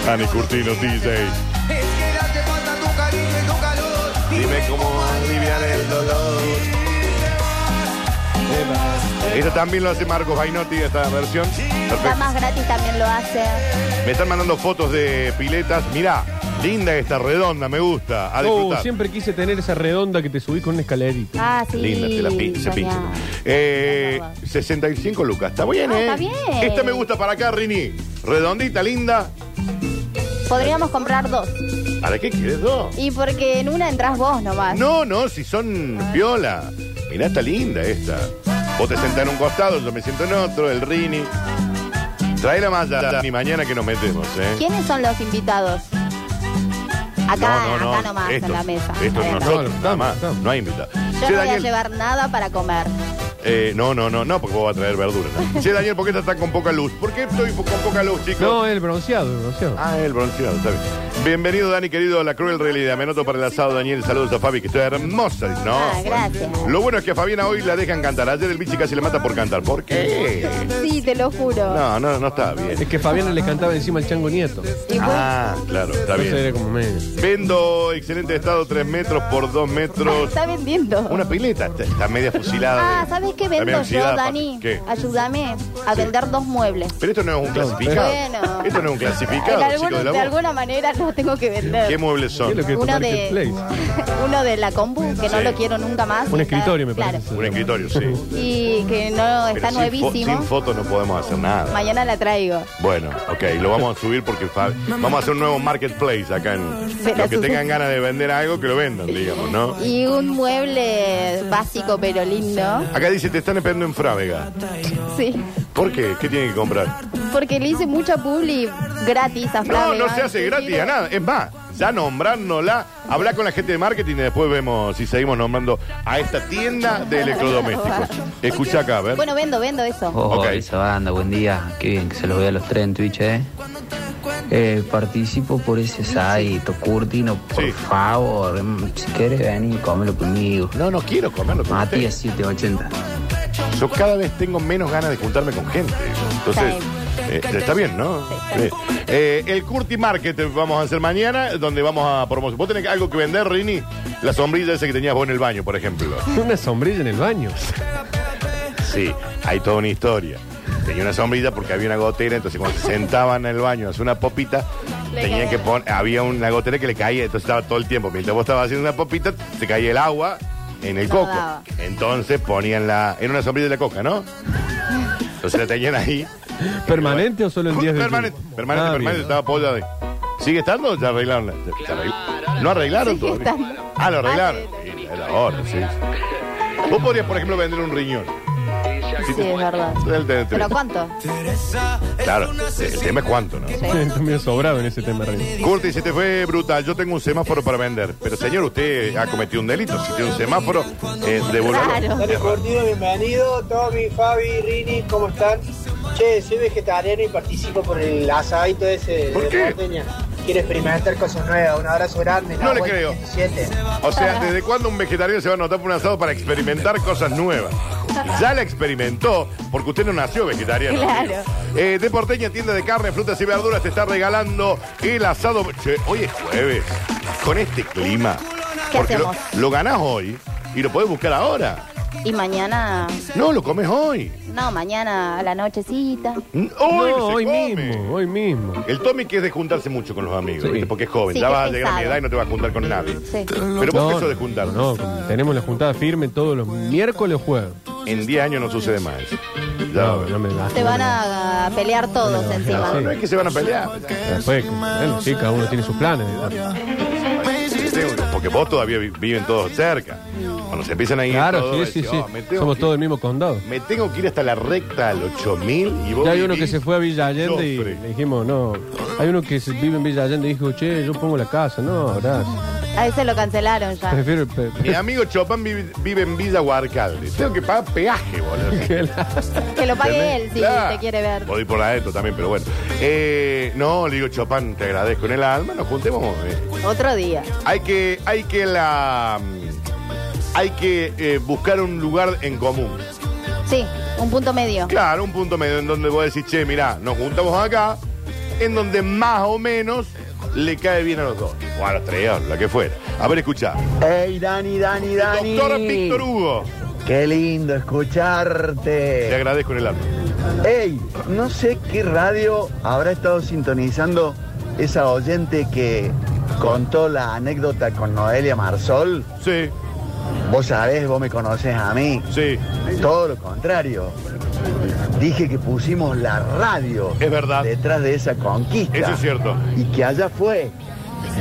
Dani Curtino, DJ.
Es que ya te falta tu cariño y tu calor.
Dime cómo aliviar el dolor. Esta también lo hace Marcos Bainotti, esta versión.
Está
Perfecto.
más gratis también lo hace.
Me están mandando fotos de piletas. Mirá, linda esta, redonda, me gusta. A
Oh,
disfrutar.
siempre quise tener esa redonda que te subís con una escalerita.
Ah, sí.
Linda, te la pin- se
soñá.
pincha. Eh, 65 lucas, está bien,
Ah,
¿eh?
está bien.
Esta me gusta para acá, Rini. Redondita, linda.
Podríamos comprar dos.
¿Para qué quieres dos?
Y porque en una entras vos nomás.
No, no, si son viola. Mirá, está linda esta. Vos te sentás en un costado, yo me siento en otro, el Rini. Trae la malla ni mañana que nos metemos, ¿eh?
¿Quiénes son los invitados? Acá,
no, no, no.
acá nomás,
Esto-
en la mesa.
Esto es
Adentro.
nosotros,
No,
nada más.
estamos,
No hay invitado. Che,
Yo no voy a
Daniel,
llevar nada para comer.
eh, no, no, no, no, porque vos vas a traer verduras. ¿no? Che, Daniel, ¿por qué estás con poca luz? ¿Por qué estoy po- con poca luz, chicos?
No, el bronceado, el bronceado.
Ah, el bronceado, está bien. Bienvenido, Dani, querido, a la cruel realidad. Me anoto para el asado, Daniel. Saludos a Fabi, que está hermosa. Dice, No,
Ah,
bueno.
gracias.
Lo bueno es que a Fabiana hoy la dejan cantar. Ayer el bichi casi la mata por cantar. ¿Por qué?
Sí, te lo juro.
No, no, no está
Es
bien.
que Fabiana le cantaba encima al chango nieto.
Y bueno,
Ah, claro, está
Entonces
bien.
era como medio.
Vendo excelente estado, 3 metros por 2 metros.
está vendiendo.
Una pileta, está, está media fusilada.
Ah,
de-
¿sabes qué
está media
vendo yo,
oxidada,
Dani?
pa- ¿Qué?
Ayúdame a vender dos muebles.
Pero esto no es un clasificado.
Bueno.
Esto no es un
De
clasificado,
alguna,
chicos de la
de
voz.
alguna manera no. los tengo que vender.
¿Qué muebles son?
¿Qué es lo que Uno tu de- Uno de la compu, que no
Sí.
lo quiero nunca más.
Un
Está-
escritorio,
me
claro.
Un escritorio, sí.
Y que no
Pero
está
sin fo-
nuevísimo.
sin fotos no podemos hacer nada.
Mañana la traigo.
Bueno, ok, lo vamos a subir porque fa- vamos a hacer un nuevo marketplace acá. En,
Pero
los que
su-
tengan ganas de vender algo, que lo vendan, digamos, ¿no?
Y un mueble básico pero lindo.
Acá dice, te están esperando en Frávega.
Sí.
¿Por qué? ¿Qué tiene que comprar?
Porque le hice mucha publi gratis a
No,
Flavia.
no se hace gratis a nada. Es más, ya nombrándola, habla con la gente de marketing y después vemos si seguimos nombrando a esta tienda de electrodomésticos. Escucha acá, a ver.
Bueno, vendo, vendo eso.
Oh, esa banda, buen día. Qué bien que se los vea a los tres en Twitch, ¿eh? Eh, participo por ese site, Curtino, por favor. Mm, Si quieres venir, cómelo conmigo.
No, no quiero comerlo
conmigo. Matías 780.
Yo cada vez tengo menos ganas de juntarme con gente. Entonces, eh, está bien, ¿no? Eh, eh, el Curti Market vamos a hacer mañana, donde vamos a promocionar. ¿Vos tenés algo que vender, Rini? La sombrilla esa que tenías vos en el baño, por ejemplo.
Una sombrilla en el baño.
Sí, hay toda una historia. Tenía una sombrilla porque había una gotera, entonces cuando se sentaban en el baño a hacer una popita,
Le
tenían
caía.
que poner, había una gotera que le caía, entonces estaba todo el tiempo. Mientras vos estabas haciendo una popita, se caía el agua en el
No
coco.
daba.
Entonces ponían la. Era una sombrilla de la coca, ¿no? Entonces la tenían ahí.
¿Permanente o solo el 10 de
Permanente,
julio?
permanente,
Ah,
permanente,
bien.
estaba apoyada ahí. ¿Sigue estando o ya arreglaron? la- ya- ya arreglaron? ¿No arreglaron
Sigue
todavía?
estando.
Ah, lo arreglaron. Sí, Era hora, sí. Vos podrías, por ejemplo, vender un riñón.
Sí, es verdad.
Del- del-
¿Pero cuánto?
Claro, el tema es cuánto, ¿no?
Está medio sobrado en ese tema, Rini.
Curti, se te fue brutal. Yo tengo un semáforo para vender. Pero, señor, usted ha cometido un delito. Si tiene un semáforo, eh, devuélvalo.
Dale, Curtino, bienvenido. Tommy, Fabi, Rini, ¿cómo están? Che, soy vegetariano y participo por el asadito ese
¿Por
de
qué?
Porteña. Quiero experimentar cosas nuevas. Un abrazo grande.
No le
Nahuel
creo.
17.
O sea, ¿desde cuándo un vegetariano se va a anotar por un asado para experimentar cosas nuevas? Ya la experimentó, porque usted no nació vegetariano.
Claro.
Eh, de Porteña, tienda de carne, frutas y verduras, te está regalando el asado. Che, hoy es jueves. Con este clima.
¿Qué
Porque lo,
hacemos?
lo ganás hoy y lo podés buscar ahora.
Y mañana.
No, lo comes hoy.
No, mañana a la nochecita.
Hoy,
No, hoy
mismo, hoy mismo. El Tommy que es de juntarse mucho con los amigos, ¿viste? porque es joven,
Sí,
ya
que
va a
es
llegar a mi
pesado.
edad y no te va a juntar con nadie.
Sí.
Pero vos eso de juntarnos.
No, no, tenemos la juntada firme todos los miércoles o jueves.
En 10 años no sucede más.
No, no me da.
Se van a, a pelear todos encima.
No, no es que se van a pelear.
Después, bueno, sí, cada uno tiene sus planes.
Porque vos todavía vi- viven todos cerca. Cuando se empiezan a ir
Claro,
todos,
sí, sí,
decís,
sí.
"Oh, me tengo
Somos
que-
todos del mismo condado.
Me tengo que ir hasta la recta al 8000 y vos
Ya hay uno que
vivís-
se fue a Villa Allende y
Sofre.
le dijimos, no. Hay uno que se- vive en Villa Allende y dijo, che, yo pongo la casa. No, gracias.
A ese lo cancelaron ya.
Prefiero el pe-
Mi amigo Chopin vive, vive en Villa Huarcalde. Tengo que pagar peaje, boludo.
Que lo pague él si
Claro.
te quiere ver.
Voy por adentro también, pero bueno. Eh, no, le digo, Chopin, te agradezco en el alma, nos juntemos. eh.
Otro día.
Hay que, hay que la. Hay que eh, buscar un lugar en común.
Sí, un punto medio.
Claro, un punto medio en donde vos decís, che, mirá, nos juntamos acá, en donde más o menos le cae bien a los dos. O a los tres, o la que fuera. A ver, escuchá.
Hey, Dani, Dani, Dani.
Doctor Víctor Hugo.
Qué lindo escucharte.
Te agradezco en el alma.
Hey, no sé qué radio habrá estado sintonizando esa oyente que contó la anécdota con Noelia Marsol.
Sí.
Vos sabés, vos me conocés a mí.
Sí.
Todo lo contrario. Dije que pusimos la radio.
Es verdad.
Detrás de esa conquista.
Eso es cierto.
Y que allá fue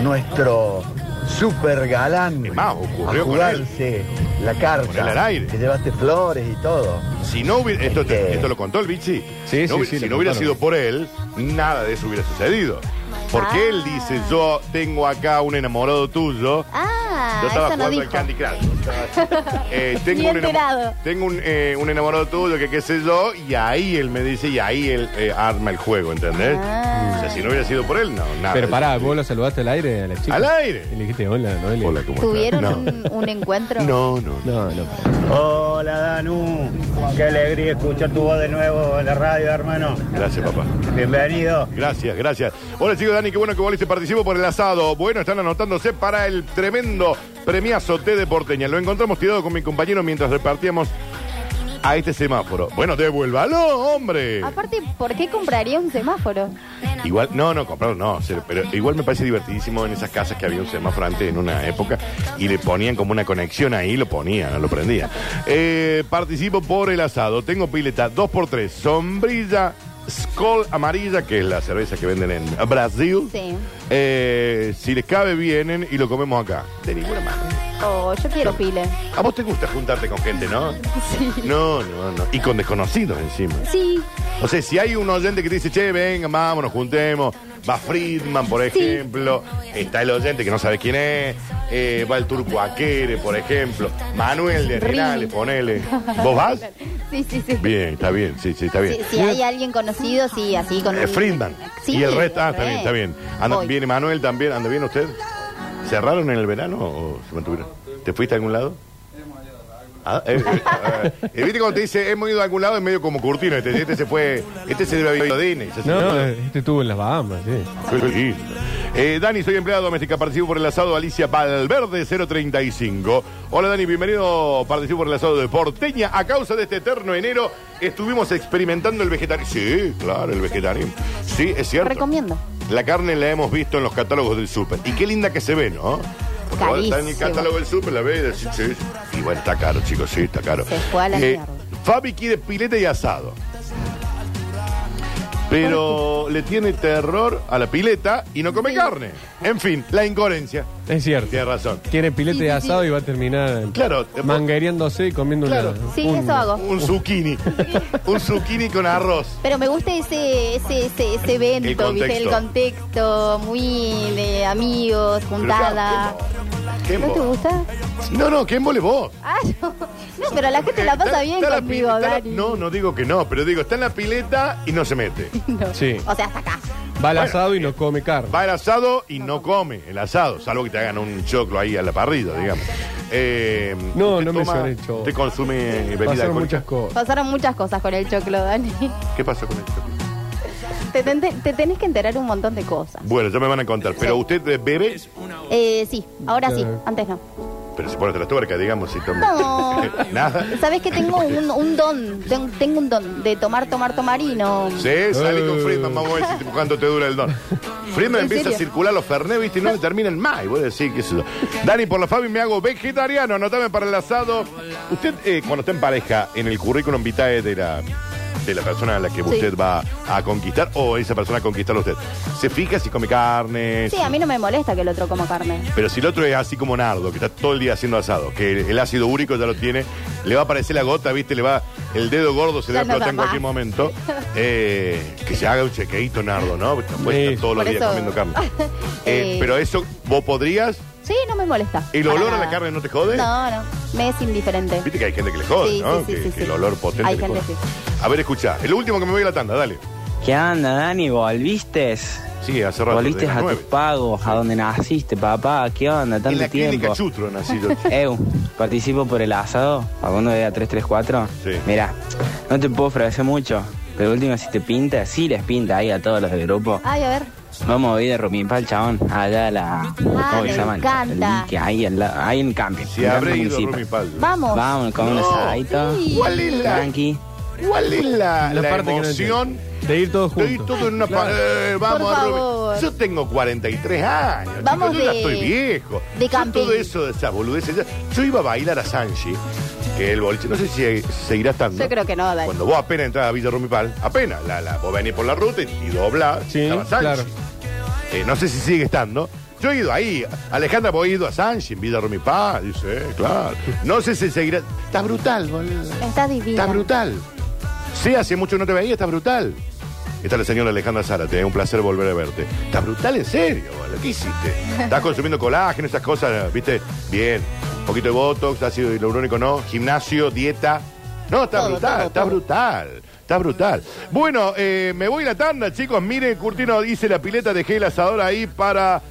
nuestro super galán.
ocurrió
a
con
jugarse la
Con él
carta.
al aire.
Que llevaste flores y todo.
Si no hubiera. Esto, esto lo contó el Bichi.
Sí,
No
sí,
hubi-
sí,
Si
lo
no hubiera
contaron.
sido por él, nada de eso hubiera sucedido. Porque
Ah.
él dice: Yo tengo acá un enamorado tuyo.
Ah,
Yo estaba
eso no
jugando
dijo.
al Candy Crush. Eh,
Ni
tengo un, enamo-
enterado.
tengo un, eh, un enamorado tuyo que qué sé yo, y ahí él me dice, y ahí él eh, arma el juego, ¿entendés?
Ah.
O sea, si no hubiera sido por él, no, nada.
Pero pará, vos la saludaste al aire a la chica.
Al aire.
Y le dijiste, hola, Noelia. Hola,
¿cómo ¿Tuvieron un, un encuentro?
No, no,
no. no.
Hola Danu, qué alegría escuchar tu voz de nuevo en la radio, hermano.
Gracias, papá.
Bienvenido.
Gracias, gracias. Hola, chicos, Dani, qué bueno que volviste. Participo por el asado. Bueno, están anotándose para el tremendo premiazo T de Porteña. Lo encontramos tirado con mi compañero mientras repartíamos a este semáforo. Bueno, devuélvalo, hombre.
Aparte, ¿por qué compraría un semáforo?
Igual, no, no, comprarlo no, cero, pero igual me parece divertidísimo en esas casas que había un semáforo antes en una época y le ponían como una conexión ahí, lo ponían, lo prendían. Eh, participo por el asado, tengo pileta 2x3, sombrilla, Skol amarilla, que es la cerveza que venden en Brasil.
Sí.
Eh, si les cabe, vienen y lo comemos acá. De ninguna manera.
Oh, yo quiero pile.
A vos te gusta juntarte con gente, ¿no?
Sí.
No, no, no. Y con desconocidos encima.
Sí,
O sea, si hay un oyente que te dice, che, venga, vámonos, juntemos. Va Friedman, por ejemplo. Está el oyente que no sabe quién es. Eh, va el turco Aquere, por ejemplo. Manuel de
Rini.
Arenales, ponele. ¿Vos vas?
sí, sí, sí.
Bien, está bien, sí, sí, está bien.
Si, si hay alguien conocido, sí, así con
Eh,
un-
Friedman.
Sí,
y el resto. Ah,
re.
está bien, está bien. Anda-
Voy.
viene Manuel también. ¿Anda bien usted? ¿Cerraron en el verano o se mantuvieron? ¿Te fuiste a algún lado? Ah, eh, eh, eh, ¿Viste cuando te dice hemos ido a algún lado? Es medio como Curtino. Este, este se fue. Este se debe haber ido a Disney. se-
No, no, este estuvo en las Bahamas, sí.
Sí. Eh, Dani, soy empleada doméstica, participo por el asado Alicia Valverde 035. Hola Dani, bienvenido, participo por el asado de Porteña. A causa de este eterno enero estuvimos experimentando el vegetariano. Sí, claro, el vegetariano. Sí, es cierto.
Recomiendo.
La carne la hemos visto en los catálogos del súper. Y qué linda que se ve, ¿no? Porque ahora está en el
Carísimo.
catálogo del súper, la ve y decís, sí. Y bueno, está caro, chicos, sí, está caro. Eh,
Se fue a la mierda.
Fabi quiere pileta y asado. Pero le tiene terror a la pileta y no come carne. En fin, la incoherencia.
Es cierto.
Tiene razón.
Quiere pilete de asado y va a terminar
claro,
manguereándose y comiendo
Claro.
una.
Sí, eso hago.
Un zucchini. un zucchini con arroz.
Pero me gusta ese, ese, ese, ese
El
evento,
contexto.
¿viste? El contexto, muy de amigos, juntada.
¿Qué
¿No te
embole?
gusta?
No, no, que embole vos. Eh,
Ah, no. No, pero la gente la pasa bien
Está la
conmigo,
pi- está la-
Dani.
No, no digo que no, pero digo, está en la pileta y no se mete.
Sí.
O sea, hasta acá.
Va al asado
eh,
y no come carne.
Va el asado y no come el asado, salvo que te hagan un choclo ahí a la parrilla, digamos. Eh,
No,
usted
no me
toma-
suena el choclo.
Usted consume bebida
Pasaron
alcohólica.
muchas cosas.
Pasaron muchas cosas con el choclo, Dani.
¿Qué pasó con el choclo?
Te, ten- te tenés que enterar un montón de cosas.
Bueno, ya me van a contar, pero usted eh, bebe,
Eh, sí, ahora sí,
Claro.
antes no.
pero se pone hasta la tuerca, digamos, si toma.
No.
Nada.
Sabes que tengo un, un don, ten- tengo un don de tomar, tomar, tomar y no.
Sí, salí con Friedman, vamos a ver si- cuánto te dura el don. Friedman
¿En
empieza
serio?
a circular los Fernet, viste, y no le terminan más. Y voy a decir que eso. Dani, por la Fabi me hago vegetariano, anotame para el asado. Usted, eh, cuando está en pareja, en el currículum vitae de la, de la persona a la que usted va a conquistar, o esa persona a conquistar a usted, se fija si come carne.
Sí,
si-
a mí no me molesta que el otro coma carne.
Pero si el otro es así como Nardo, que está todo el día haciendo asado, que el, el ácido úrico ya lo tiene, le va a aparecer la gota, viste, le va, el dedo gordo se le va
Ya
a
no
explotar
da
en cualquier
más.
momento. Eh, que se haga un chequeito, Nardo, ¿no? Porque Tampoco
Sí.
está todos los
Por
días
eso-
comiendo carne. Eh,
Eh,
pero eso, vos podrías,
Sí, no me molesta.
el
para
olor a la
nada.
carne no te jode.
No, no, me es indiferente.
Viste que hay gente que le jode,
Sí,
¿no?
sí, sí,
que
sí,
que
sí.
el olor potente.
Hay
le
gente,
jode.
sí.
A ver, escucha, el último que me voy a la tanda, dale.
¿Qué onda, Dani? ¿Volviste?
Sí, hace rato,
Volviste
de las
a tus
nueve.
pagos, a donde naciste, papá. ¿Qué onda? Tanto
En la
tiempo.
clínica Chutro nací yo.
Eu, participo por el asado. Facundo de 334.
Sí.
Mira, no te puedo ofrecer mucho. Pero último, si te pinta, sí les pinta ahí a todos los del grupo.
Ay, a ver.
Vamos a ir de Romimpal, chabón. Allá a la. ¿Cómo que
Ah, me
se llama?
encanta.
Que ahí, al lado- ahí en el camping.
Si
en el
habré
camping
ido a
municipal.
Rumipal.
Vamos.
Vamos con un
No.
asadito.
Sí. ¿Cuál es la-
Tranqui.
¿Cuál es la,
La
Ah, la
parte que no
emoción?
De ir todos juntos.
Estoy todo en una pa- eh, Vamos
Por
a Rubén.
favor.
Yo tengo 43 años. chicos,
Vamos
yo ya
de-
estoy viejo.
de
Yo
camping.
todo eso de esas boludeces. ya- Yo iba a bailar a Sanji, que el boliche, no sé si seguirá estando.
Yo creo que no, Dani.
Cuando vos apenas entras a Villa Rumipal, apenas, la, la- vos venís por la ruta y, y doblás, estaba Sanchi.
claro.
Eh, no sé si sigue estando. Yo he ido ahí. Alejandra, vos he ido a Sanchi en Villa Rumipal. Dice, eh, claro. No sé si seguirá. Está brutal, boludo.
Estás divina.
Está brutal. Sí, hace mucho que no te veía, está brutal. Está la señora Alejandra Zárate, eh, un placer volver a verte. Está brutal, en serio, boludo. ¿Qué hiciste? Estás consumiendo colágeno, esas cosas, ¿viste? Bien. Un poquito de botox, ácido hialurónico, no. Gimnasio, dieta. No, está
Todo,
brutal,
todo,
está
todo.
brutal. Está brutal. Bueno, eh, me voy a la tanda, chicos. Miren, Curtino dice la pileta, dejé el asador ahí para.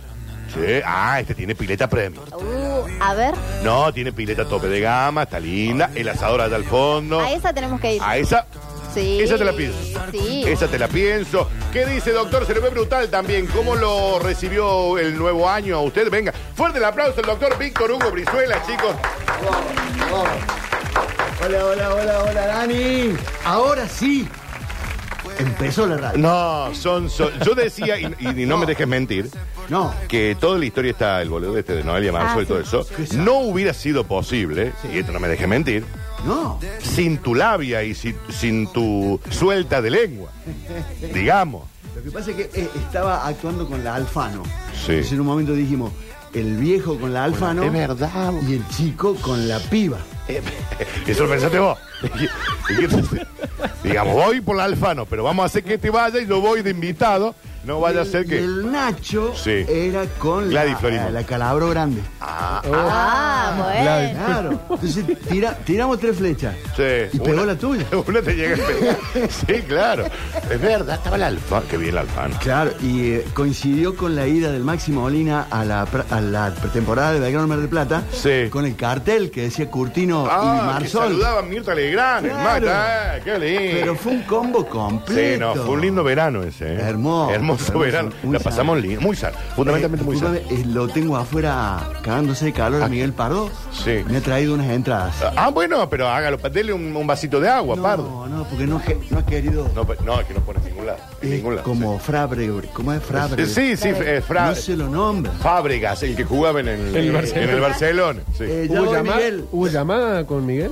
Che, ah, este tiene pileta premium.
Uh, a ver,
No, tiene pileta tope de gama, está linda. El asador allá al fondo.
a esa tenemos que ir.
A esa
Sí.
esa te la pienso.
Sí.
Esa te la pienso. ¿Qué dice, doctor? Se le ve brutal también. ¿Cómo lo recibió el nuevo año a usted? Venga, fuerte el aplauso al doctor Víctor Hugo Brizuela, chicos.
Hola, hola, hola, hola, Dani. Ahora sí. Empezó la radio.
No, son, son- yo decía, y, y- y no me dejes mentir,
no.
que toda la historia está el boludo este de Noelia Marzo
Ah,
y todo
sí.
eso. No hubiera sido posible, y esto no me dejes mentir,
No.
sin tu labia y si- sin tu suelta de lengua, digamos.
Lo que pasa es que eh, estaba actuando con la Alfano.
Sí.
Entonces en un momento dijimos, el viejo con la Alfano.
es Eh,
verdad. Y el chico con la piba.
Eso lo pensaste vos. Y- y- digamos, voy por la Alfano, pero vamos a hacer que te vaya y yo voy de invitado. No vaya a ser
Y
que...
el Nacho
Sí.
era con la,
Gladys Florimón.
eh, la Calabro Grande.
Ah,
Ah, bueno. Gladys.
Claro. Entonces tira- tiramos tres flechas.
Sí,
Y pegó la tuya.
Una te llega a pegar. Sí, claro. Es verdad, estaba el Alfano. Qué bien el Alfano.
Claro, y eh, coincidió con la ida del Máximo Molina a la, pra- a la pretemporada de Belgrano Mar del Plata con el cartel que decía Curtino
Ah,
Oh, y
que
Marsol.
saludaba a Mirta Legrand,
Claro.
hermano. Ah, qué lindo.
Pero fue un combo completo.
Sí, no, fue un lindo verano ese. ¿eh?
Hermoso. Eh,
Hermoso verano. La pasamos
lindo,
lindo, muy sano. Fundamentalmente muy sano.
lo tengo afuera cagándose de calor a Miguel Pardo. Sí. Me ha traído unas entradas.
Ah, bueno, pero hágalo. Dele un, un vasito de agua,
No,
pardo.
No, porque no, no ha querido.
No, pe- no, es que no pone en ningún lado. En
Es
ningún lado.
como Frabre, ¿cómo es Frabre?
Sí, sí, eh, Fra-
No se lo nombra.
Fábregas, el que jugaba en el,
El
eh,
Barcelona.
en el Barcelona. Sí.
Eh, ya
¿Hubo,
voy,
llama-
Miguel.
¿Hubo llamada con Miguel?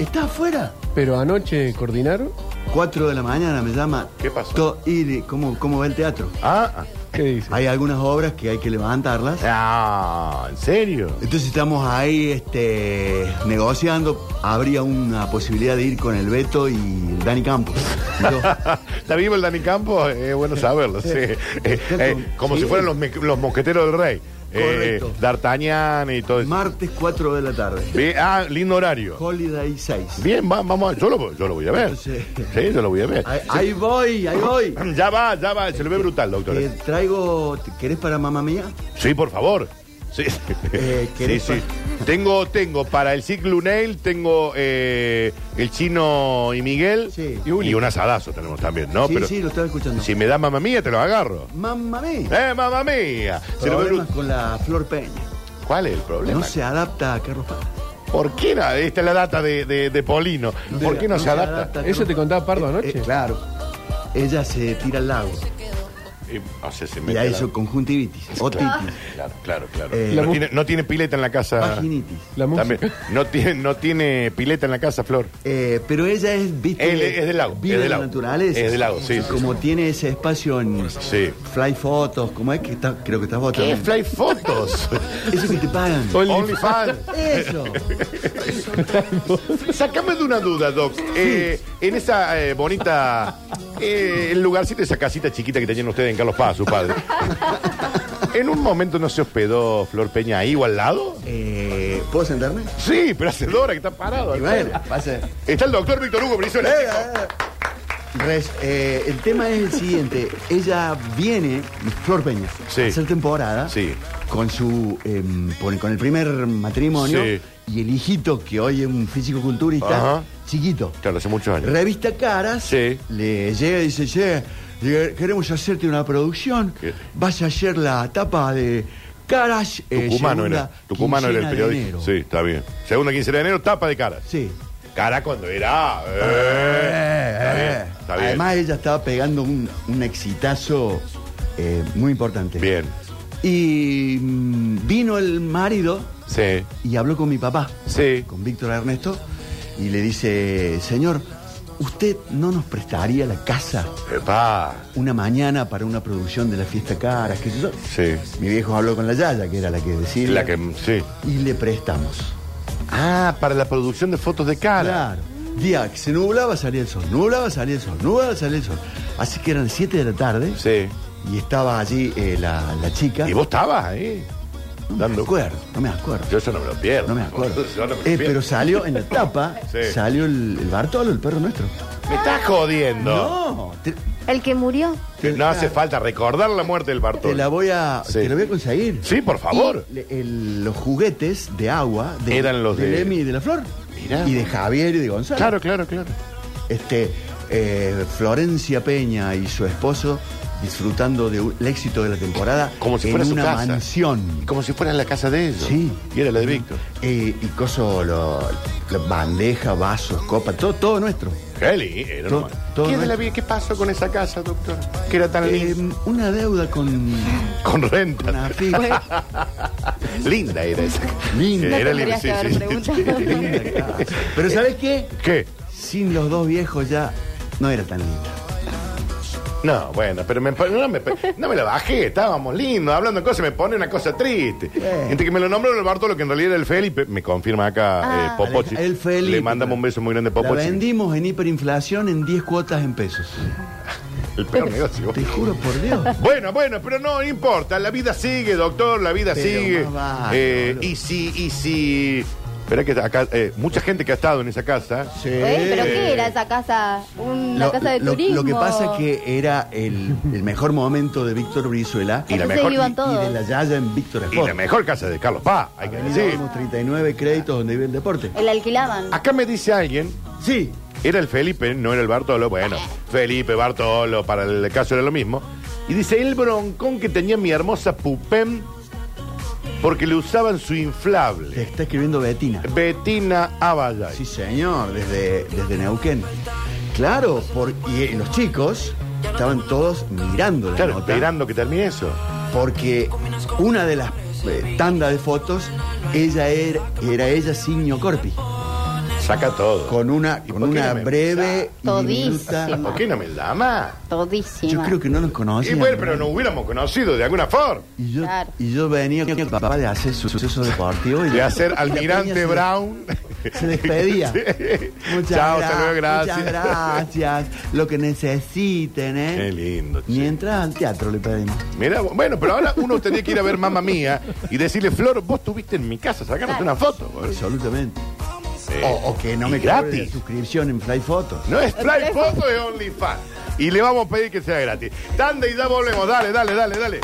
Está afuera.
Pero anoche coordinaron.
4 de la mañana me llama.
¿Qué pasó?
To- y de- ¿cómo, ¿Cómo va el teatro?
Ah,
¿qué dice?
Hay algunas obras que hay que levantarlas.
Ah, ¿en serio?
Entonces estamos ahí este, negociando. Habría una posibilidad de ir con el Beto y el Dani Campos. Yo,
¿Está vivo el Dani Campos? Es bueno saberlo, sí. Eh, eh, como
Sí.
si fueran los, me- los mosqueteros del rey. Eh,
Correcto.
D'Artagnan y todo eso.
martes 4 de la tarde.
Bien, ah, lindo horario.
Holiday 6.
Bien, va- vamos a- yo lo, yo lo voy a ver. Sí,
Entonces-
yo lo voy a ver.
Ahí, ahí voy, ahí voy.
Ya va, ya va, se lo
Eh,
ve brutal, doctor.
Te traigo. ¿te ¿Querés para mamá mía?
Sí, por favor. Sí, sí,
eh, ¿querés
sí. Tengo, tengo para el Sig Lunail, tengo eh, el chino y Miguel y un, asadazo tenemos también, ¿no?
sí,
Pero
sí, lo estaba escuchando.
si me da mamá mía, te lo agarro.
Mamá mía.
¡Eh, mamá mía! Se lo ve
Problemas
brutal.
con la Flor Peña.
¿Cuál es el problema?
No se adapta a Carlos Paz.
¿Por qué no? Esta es la data de, de- de Polino. ¿Por qué no, se adapta?
Eso te contaba Pardo anoche.
Eh, claro. Ella se tira al lago
Y, Eh, o sea, se
y
mete
a
la-
eso conjuntivitis, otitis.
Claro, claro, claro.
Eh,
no,
la mu-
tiene, no tiene pileta en la casa.
Vaginitis.
La
También. No tiene, no tiene pileta en la casa, Flor.
Eh, pero ella es, viste,
Él es del lago,
vive
es del
en la
lago.
naturaleza.
Es del lago, sí,
Y
sí,
Como tiene ese espacio en Fly Photos, como es que está, creo que estás vos
¿Qué
también.
fly fotos?
Eso que te pagan.
OnlyFans.
Eso.
Sácame de una duda, Doc. Eh, en esa eh, bonita. eh, el lugarcito, esa casita chiquita que tenían ustedes en Carlos Paz, su padre. ¿En un momento no se hospedó Flor Peña ahí o al lado?
Eh, ¿Puedo sentarme?
Sí, pero hace dos horas que está parado.
Y bueno, Eh, pasa.
Está el doctor Víctor Hugo Brizuela.
Res- eh, el tema es el siguiente. Ella viene, Flor Peña, a hacer temporada con su em, pone- con el primer matrimonio
Sí.
y el hijito que hoy es un físico culturista
Ajá.
chiquito.
Claro, hace muchos años.
Revista Caras le llega y dice, che, eh, queremos hacerte una producción. Vas a hacer la tapa de Caras. eh,
Tucumano
segunda
era. Tucumano era el
quincena de enero".
periódico. Sí, está bien. Segunda quincena de enero, tapa de caras.
Sí.
Cara cuando era. eh, está bien, está bien.
Además, ella estaba pegando un, un exitazo eh, muy importante.
Bien.
Y mm, vino el marido
Sí.
y habló con mi papá,
sí.
con Víctor Ernesto, y le dice, señor, ¿usted no nos prestaría la casa
Epa.
una mañana para una producción de la fiesta caras? qué sé yo?
Sí.
Mi viejo habló con la Yaya, que era la que decía.
La que. Sí.
Y le prestamos.
Ah, para la producción de fotos de cara.
Claro. Día que se nublaba, salía el sol. Nublaba, salía el sol. Nublaba, salía el sol. Así que eran 7 de la tarde.
Sí.
Y estaba allí eh, la, la chica.
Y vos estabas ahí.
No me acuerdo, no me acuerdo.
Yo eso no me lo pierdo.
No me acuerdo.
Yo no me lo
Eh,
pierdo.
pero salió en la tapa,
Sí.
salió el, el Bartolo, el perro nuestro.
Me estás jodiendo.
No, te,
El que murió.
Que no hace falta recordar la muerte del Bartol.
te la voy a.
Sí.
Te lo voy a conseguir.
Sí, por favor.
Y le- el- los juguetes de agua de,
Eran los
del
de-
Emi y de la Flor. Y de Javier y de Gonzalo.
Claro, claro, claro.
Este, eh, Florencia Peña y su esposo disfrutando del éxito de la temporada
Como si
en
fuera su
una
casa.
mansión.
Como si fuera la casa de ellos.
Sí.
Y era la de Víctor.
y coso, lo- la bandeja, vasos, copa, todo, todo nuestro.
Kelly, era
Todo-
normal.
todo
¿Qué, de la
nuestro.
vi- qué pasó con esa casa, doctor? Que era tan linda.
Eh, una deuda con.
Con renta.
Con AFIP.
linda era esa casa.
Linda.
Era linda, sí, sí.
Pero ¿sabes qué?
¿Qué?
Sin los dos viejos ya no era tan linda.
No, bueno, pero me- no, me, no me la bajé, estábamos lindos, hablando de cosas, me pone una cosa triste. Entre que me lo nombró el Bartolo, que en realidad era el Felipe, me confirma acá
Ah.
eh, Popochi.
El Felipe.
Le mandamos un beso muy grande a
La
Popochi.
vendimos en hiperinflación en 10 cuotas en pesos.
El peor negocio.
Te juro por Dios.
Bueno, bueno, pero no importa, la vida sigue, doctor, la vida
Pero
sigue.
más vale,
Eh, y si, y si. Espera que acá, eh, mucha gente que ha estado en esa casa. Sí.
Güey, ¿Pero qué era esa casa? ¿Una
Lo-
casa de
lo, lo
turismo?
que pasa es que era el, el mejor momento de Víctor Brizuela
Y la Entonces mejor- iban
y-
todos.
y de la Yaya en Víctor
Y
Sport.
la mejor casa de Carlos Paz, hay que decir.
Tenemos 39 créditos donde vive el deporte.
El alquilaban.
Ah,
Acá me dice alguien.
Sí.
Era el Felipe, no era el Bartolo. Bueno, Felipe, Bartolo, para el caso era lo mismo. Y dice, el broncón que tenía mi hermosa Pupem porque le usaban su inflable.
Te está escribiendo Betina.
Betina Avalay.
Sí, señor, desde, desde Neuquén. Claro, por- y eh, los chicos estaban todos mirando la
Claro,
nota.
esperando que termine eso.
Porque una de las eh, tandas de fotos, ella era, era ella signo corpi.
Saca todo.
Con una, con una breve y
Todísima.
minuta.
¿Por qué no me llama?
Todísima.
Yo creo que no nos
Y
conocían.
bueno, pero nos hubiéramos conocido de alguna forma.
Y yo,
Claro.
y yo venía con el papá de hacer su suceso deportivo. Y
De hacer
la
Almirante
peña se-
Brown.
Se despedía. Muchas
Chao,
gracias.
hasta luego, gracias.
Muchas gracias. Lo que necesiten, ¿eh?
Qué lindo.
Mientras al teatro le pedimos.
Mira, bueno, pero ahora uno tendría que ir a ver Mamma Mía y decirle, Flor, vos estuviste en mi casa, sacanos una foto. boludo.
Absolutamente.
Eh,
O, o que no
y
me cobre
gratis.
la suscripción en Fly Photos.
No es Fly Foto, es OnlyFans. Y le vamos a pedir que sea gratis. Tanda y ya volvemos. Dale, dale, dale, dale.